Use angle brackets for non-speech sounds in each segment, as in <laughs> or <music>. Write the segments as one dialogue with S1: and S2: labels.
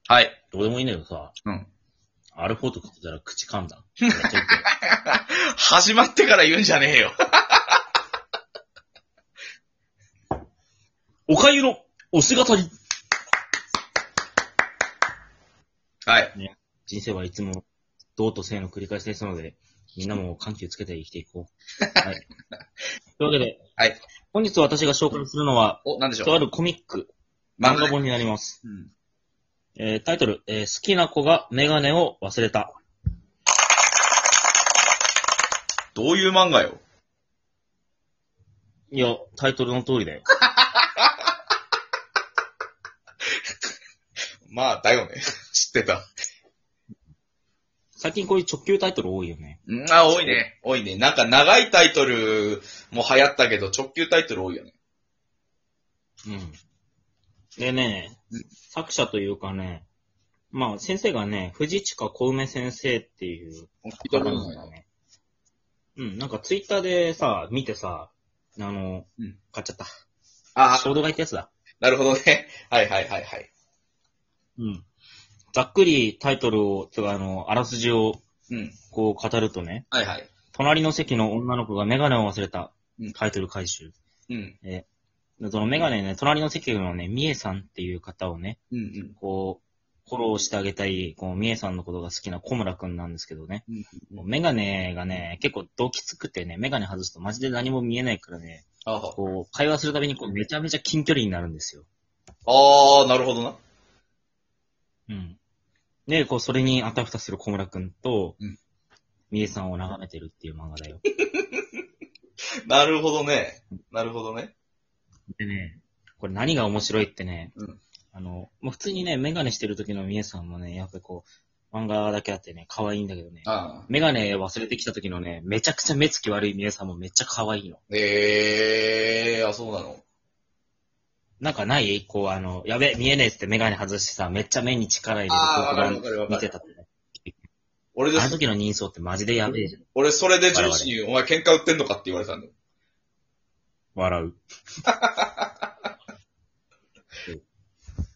S1: んだけどさ、
S2: うん。
S1: アルフォート食ってたら口噛んだ。
S2: <laughs> 始まってから言うんじゃねえよ。
S1: <laughs> おかゆの推し語り
S2: はい。
S1: 人生はいつも、道と性の繰り返しですので、みんなも緩急つけて生きていこう。
S2: <laughs>
S1: はい。というわけで、
S2: はい。
S1: 本日私が紹介するのは、
S2: お、なんでし
S1: と
S2: ょ
S1: あ
S2: う。
S1: るコミック、漫
S2: 漫
S1: 画
S2: 画
S1: 本になります。
S2: うん。
S1: えータイトル、えー好きな子がメガネを忘れた。
S2: どういう漫画よ。
S1: いや、タイトルの通りだよ。
S2: まあ、だよね。 <laughs> 知ってた。
S1: 最近こういう直球タイトル多いよね。
S2: うん、あ、多いね。多いね。なんか長いタイトルも流行ったけど、直球タイトル多いよね。
S1: うん。でね、作者というかね、まあ先生がね、藤近小梅先生っていう
S2: 聞いた
S1: 方
S2: こと
S1: なん
S2: ない
S1: だよ
S2: な。
S1: ね。うん、なんかツイッターでさ、見てさ、あの、
S2: うん
S1: 買っちゃった。
S2: あ
S1: 衝動買いってやつだ。
S2: なるほどね。はいはいはいはい。
S1: うん。ざっくりタイトルを、つうかあの、あらすじを
S2: うん。
S1: こう語るとね、
S2: はいはい。
S1: 隣の席の女の子がメガネを忘れた
S2: うん
S1: タイトル回収。
S2: うん。
S1: でそのメガネね、隣の席のね、みえさんっていう方をね、
S2: うんうん。
S1: こう、フォローしてあげたい、こう、みえさんのことが好きな小村くんなんですけどね。
S2: うん
S1: もうメガネがね、結構どきつくてね、メガネ外すとマジで何も見えないからね、
S2: ああ
S1: こう、会話するたびにこう、めちゃめちゃ近距離になるんですよ。
S2: あー、なるほどな。
S1: うん。で、こう、それにあたふたする小村くんと
S2: うん、
S1: みえさんを眺めてるっていう漫画だよ。
S2: なるほどね。なるほどね。
S1: でね、これ何が面白いってね、
S2: うん
S1: あの、もう普通にね、メガネしてる時のみえさんもね、やっぱりこう、漫画だけあってね、可愛いんだけどね、
S2: ああ。
S1: メガネ忘れてきた時のね、めちゃくちゃ目つき悪い皆さんもめっちゃ可愛いの。
S2: ええー、あ、そうなの。
S1: なんかないこう、あの、やべ、見えねえっつってメガネ外してさ、めっちゃ目に力入れて
S2: あー、わかる
S1: 黒
S2: わかるわ
S1: 板見てた
S2: かる。
S1: ってね。
S2: 俺で
S1: あの
S2: す。
S1: 時の人相ってマジでやべえじゃん。
S2: 俺それで上司に、お前喧嘩売ってんのかって言われたんだよ。
S1: 笑う。そう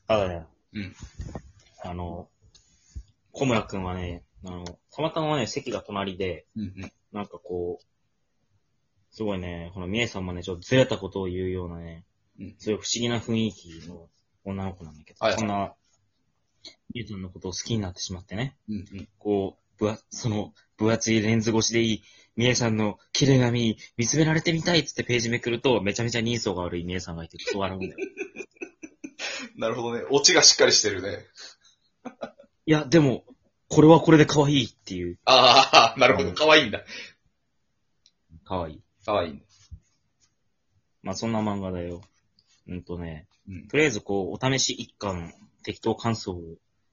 S1: ただね、
S2: うん
S1: あの、小村くんはね、あの、たまたまね、席が隣で、
S2: うんうん。
S1: なんかこう、すごいね、このみえさんもね、ちょっとずれたことを言うようなね、
S2: うん
S1: そういう不思議な雰囲気の女の子なんだけど、
S2: はい
S1: そんな、みえさんのことを好きになってしまってね、
S2: うんうん。
S1: こう、ぶその、分厚いレンズ越しでいい、みえさんの綺麗な身に見つめられてみたいっつってページめくると、めちゃめちゃ人相が悪いみえさんがいて、クソ笑うんだよ。
S2: なるほどね。オチがしっかりしてるね。
S1: いや、でも、これはこれで可愛いっていう。
S2: あ <laughs> あ、なるほ
S1: う
S2: ど。
S1: ん
S2: かわいいんだ。
S1: 可愛い。
S2: かわいいんだ。
S1: まあ、そんな漫画だよ。うんとね、
S2: うん。
S1: とりあえずこう、お試し一巻、適当感想を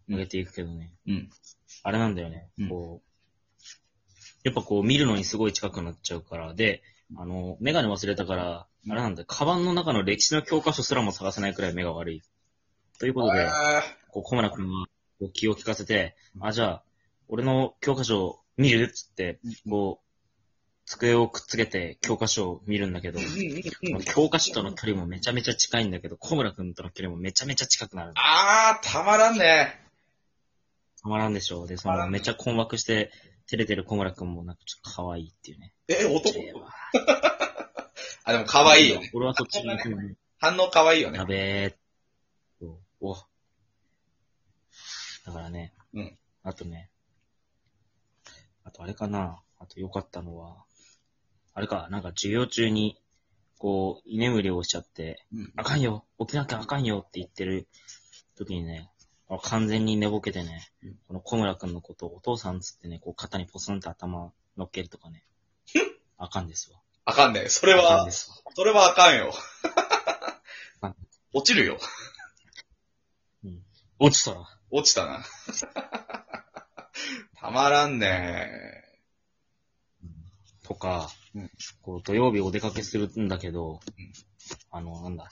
S1: 上げていくけどね。
S2: うん。
S1: あれなんだよね。
S2: うん
S1: こう、やっぱこう見るのにすごい近くなっちゃうから、で、あの、メガネ忘れたから、あれなんだよ、カバンの中の歴史の教科書すらも探せないくらい目が悪い。ということで、
S2: あ
S1: こう、小村君はこう気を利かせて、あ、じゃあ、俺の教科書見るっつって、こう、机をくっつけて教科書を見るんだけど、
S2: ーうんうんうん
S1: 教科書との距離もめちゃめちゃ近いんだけど、小村君との距離もめちゃめちゃ近くなる。
S2: あー、たまらんね。
S1: たまらんでしょう。で、そ
S2: たまら
S1: の、
S2: ん
S1: めっちゃ困惑して、照れてる小村くんもなんかちょっと可愛いっていうね。
S2: え、男
S1: 綺麗わ
S2: あ、でもかわいいよね。
S1: 俺はそっちに行くのに、
S2: 反応かわいいよね
S1: や。べえ。そうお。だからね。
S2: うん
S1: あとね。あとあれかな。あと良かったのは、あれか、なんか授業中に、こう、居眠りをしちゃって、
S2: うん
S1: あかんよ起きなきゃあかんよって言ってる時にね、あ完全に寝ぼけてね
S2: うん、
S1: この小村くんのことをお父さんつってね、こう肩にポスンと頭乗っけるとかね。あかんですわ。
S2: あかんね。それ
S1: あかん
S2: は
S1: で、すわ。
S2: それはあかんよ
S1: あ。
S2: <laughs> 落ちるよ。
S1: 落ちたら。
S2: 落ちたな。 <laughs> たまらんね。
S1: とか、
S2: うん
S1: こう土曜日お出かけするんだけど、
S2: うん
S1: あの、なんだ、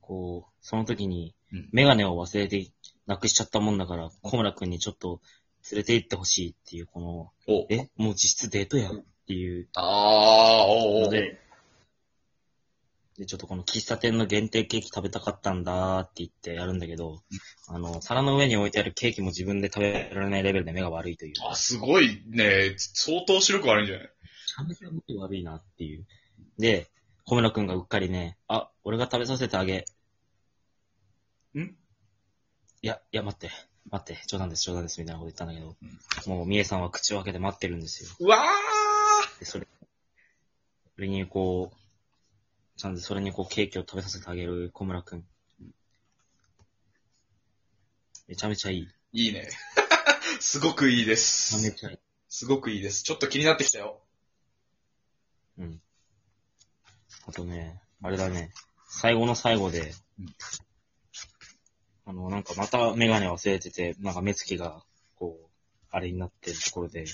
S1: こう、その時に
S2: うん、
S1: メガネを忘れて、なくしちゃったもんだから、小村くんにちょっと連れて行ってほしいっていう、この、
S2: お
S1: え、もう実質デートやんっていう
S2: ああ、おうお
S1: の
S2: う。
S1: で、で、ちょっとこの喫茶店の限定ケーキ食べたかったんだって言ってやるんだけど、あの、皿の上に置いてあるケーキも自分で食べられないレベルで目が悪いという。
S2: あ、すごいね。相当視力悪いんじゃない
S1: めちゃめちゃ僕悪いなっていう。で、小村くんがうっかりね、あ、俺が食べさせてあげ。んいや、いや、待って、待って、冗談です、冗談です、みたいなこと言ったんだけど、もう、みえさんは口を開けて待ってるんですよ。
S2: うわ
S1: で、それ、それにこう、ちゃんとそれにこう、ケーキを食べさせてあげる小村くん。めちゃめちゃいい。
S2: ーいいね。 <laughs> すごくいいで
S1: めちゃめ
S2: す。
S1: ちゃいい。
S2: すごくいいです。ちょっと気になってきたよ。
S1: うん。あとね、あれだね、最後の最後で
S2: うん、
S1: あの、なんかまたメガネ忘れてて、なんか目つきが、こう、あれになってるところで、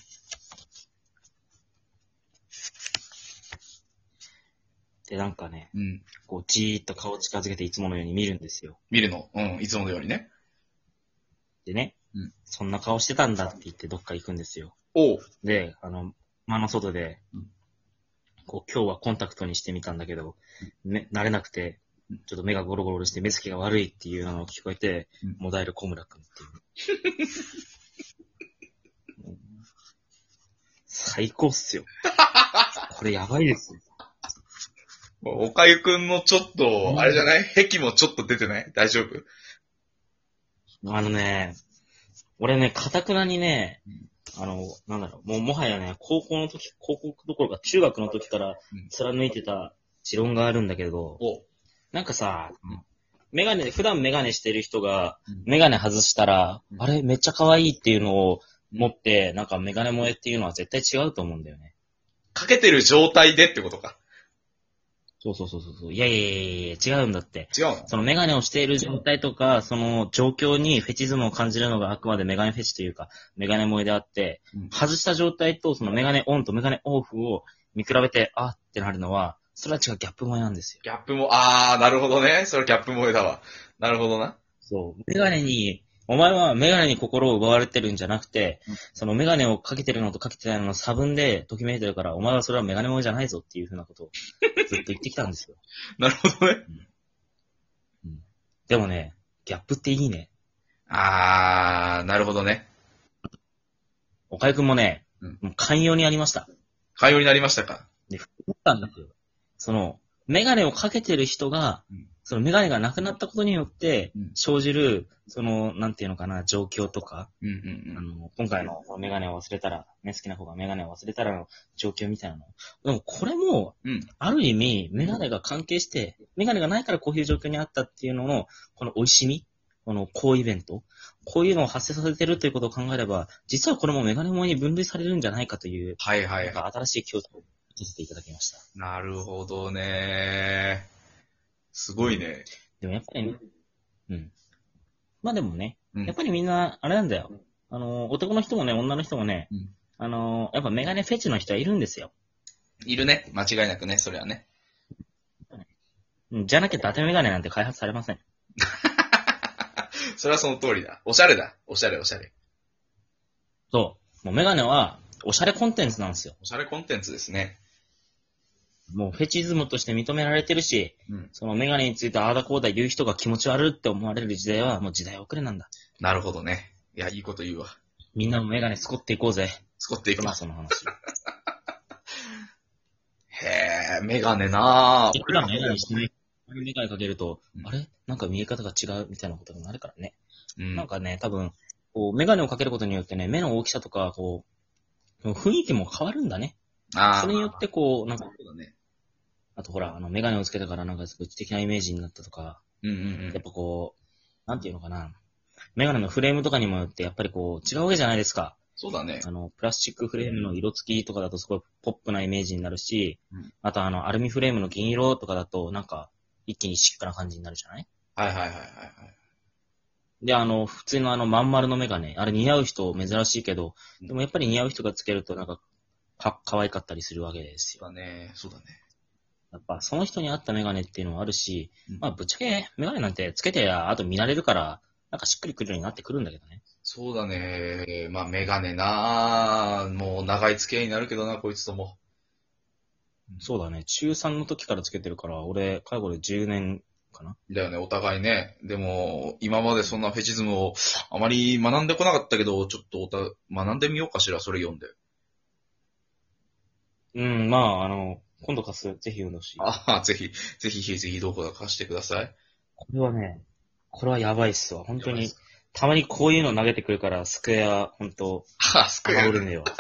S1: で、なんかね、
S2: うん。
S1: こう、じーっと顔近づけていつものように見るんですよ。
S2: 見るの。うん。いつものようにね。
S1: でね、
S2: うん
S1: そんな顔してたんだって言ってどっか行くんですよ。
S2: おう。
S1: で、あの、間の外で
S2: うん、
S1: こう、今日はコンタクトにしてみたんだけど、ね、慣れなくて
S2: うん、
S1: ちょっと目がゴロゴロして目つきが悪いっていうのが聞こえて
S2: うん、
S1: もだえる小村くんっていう。 <laughs> うん最高っすよ。これやばいですよ。
S2: おかゆくんのちょっと、あれじゃない壁もちょっと出てない大丈夫
S1: あのね、俺ね、かたくなにね、あの、なんだろう、もうもはやね、高校の時、高校どころか中学の時から
S2: うん
S1: 貫いてた持論があるんだけど、
S2: お
S1: なんかさ
S2: うん、
S1: メガネ、普段メガネしてる人が
S2: うん、
S1: メガネ外したら、
S2: うん
S1: あれ、めっちゃ可愛いっていうのを持って、なんかメガネ萌えっていうのは絶対違うと思うんだよね。
S2: かけてる状態でってことか。
S1: そうそうそうそう。いやいやいやいや違うんだって。
S2: 違うの
S1: そのメガネをしている状態とか、その状況にフェチズムを感じるのがあくまでメガネフェチというか、メガネ萌えであって、
S2: うん
S1: 外した状態とそのメガネオンとメガネオフを見比べて、あってなるのは、それは違うギャップ萌えなんですよ。
S2: ギャップも、あー、なるほどね。それギャップ萌えだわ。なるほどな。
S1: そう。メガネに、お前はメガネに心を奪われてるんじゃなくて、
S2: うん
S1: そのメガネをかけてるのとかけてないのの差分でときめいてるから、お前はそれはメガネ萌えじゃないぞっていうふうなことをずっと言ってきたんですよ。
S2: <laughs> なるほどね。
S1: でもね、ギャップっていいね。
S2: あー、なるほどね。
S1: おかゆくんもね、
S2: うん
S1: もう寛容にありました。
S2: 会話になりましたか
S1: 思ったんですよ。その、メガネをかけてる人が、
S2: うん
S1: そのメガネがなくなったことによって
S2: うん、
S1: 生じる、その、なんていうのかな、状況とか、
S2: うん
S1: あの、今回のこのメガネを忘れたら、ね、好きな子がメガネを忘れたらの状況みたいなの。でもこれも、
S2: うんうん。
S1: ある意味、メガネが関係して、メガネがないからこういう状況にあったっていうのの、この美味しみ、この好イベント、こういうのを発生させてるということを考えれば、実はこれもメガネ萌えに分類されるんじゃないかという、
S2: はいは
S1: なん
S2: い。
S1: か新しい教材をさせていただきました。
S2: なるほどね。すごいね。
S1: でもやっぱりね、うん。まあでもね、
S2: うん
S1: やっぱりみんな、あれなんだよ。あの、男の人もね、女の人もね、
S2: うん
S1: あの、やっぱメガネフェチの人はいるんですよ。
S2: いるね。間違いなくね、それはね。
S1: うんじゃなきゃ伊達メガネなんて開発されません。
S2: それはその通りだ。おしゃれだ。おしゃれおしゃれ。
S1: そう。もうメガネは、おしゃれコンテンツなんですよ。
S2: おしゃれコンテンツですね。
S1: もうフェチズムとして認められてるし、
S2: うん。
S1: そのメガネについてああだこうだ言う人が気持ち悪いって思われる時代はもう時代遅れなんだ。
S2: なるほどね。いや、いいこと言うわ。
S1: みんなもメガネスコっていこうぜ。
S2: スコっていき
S1: ま
S2: ま
S1: あ
S2: す。
S1: その話。
S2: へえ、メガネなぁ。
S1: いくらメガネしてない。メガネかけると、
S2: うん
S1: あれなんか見え方が違うみたいなことになるからね。
S2: うん。
S1: なんかね、多分、こう、メガネをかけることによってね、目の大きさとか、こう、雰囲気も変わるんだね。
S2: あー
S1: それによってこう、なん
S2: そ
S1: か、
S2: うだね。
S1: あとほら、あの、メガネをつけたからなんかすごい知的なイメージになったとか、
S2: うんうんう
S1: やっ
S2: ん。
S1: ぱこう、なんていうのかな。メガネのフレームとかにもよって、やっぱりこう、違うわけじゃないですか。
S2: そうだね。
S1: あの、プラスチックフレームの色付きとかだとすごいポップなイメージになるし
S2: うん、
S1: あとあの、アルミフレームの銀色とかだと、なんか、一気にシックな感じになるじゃない
S2: はいはいはいはいはい。
S1: で、あの、普通のあの、まん丸のメガネ。あれ似合う人珍しいけど、
S2: うん
S1: でもやっぱり似合う人がつけるとなんか、か、可愛かったりするわけです
S2: そう
S1: よ。
S2: だね。そうだね。
S1: やっぱ、その人に合ったメガネっていうのもあるし
S2: うん、
S1: まあ、ぶっちゃけ、メガネなんてつけてや、あと見慣れるから、なんかしっくりくるようになってくるんだけどね。
S2: そうだね。まあ、メガネなぁ。もう長い付き合いになるけどな、こいつとも。
S1: そうだね。中3の時からつけてるから、俺、介護で10年かな。
S2: だよね、お互いね。でも、今までそんなフェチズムをあまり学んでこなかったけど、ちょっとおた学んでみようかしら、それ読んで。
S1: うん、まあ、あの、今度貸す。ぜひ読んでほしい。
S2: ああ、ぜひ、ぜひ、ぜひ、どこか貸してください。
S1: これはね、これはやばいっすわ。本当
S2: やばいっ
S1: に
S2: す、
S1: たまにこういうの投げてくるから、スクエア、本当
S2: ああ、すく
S1: 煽
S2: や
S1: るねえわ。 <laughs>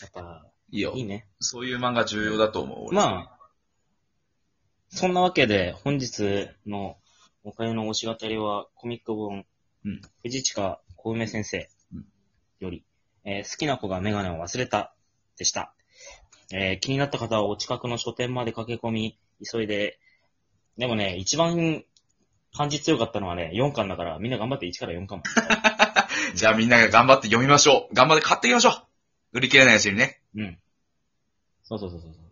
S1: やっぱ、
S2: いいよ
S1: いい。ね。
S2: そういう漫画重要だと思う。俺
S1: まあ、そんなわけで、本日のおかゆの推し語りは、コミック本、
S2: うん
S1: 藤近小梅先生
S2: うん
S1: より、えー好きな子がメガネを忘れた、でした。えー気になった方はお近くの書店まで駆け込み、急いで、でもね、一番感じ強かったのはね、4巻だから、みんな頑張って1から4巻まで。
S2: じゃあみんなが頑張って読みましょう。頑張って買っていきましょう。売り切れないうちにね。
S1: うん。そうそうそうそうそう。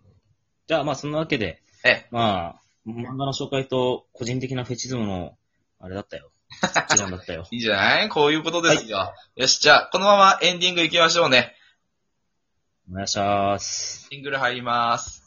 S1: じゃあ、まあ、そんなわけで、
S2: ええ
S1: まあ、漫画の紹介と個人的なフェチズムの、あれだったよ。一覧だったよ。
S2: いいんじゃないこういうことですよ。よし、じゃあ、このままエンディング行きましょうね。
S1: お願いします。
S2: シングル入ります。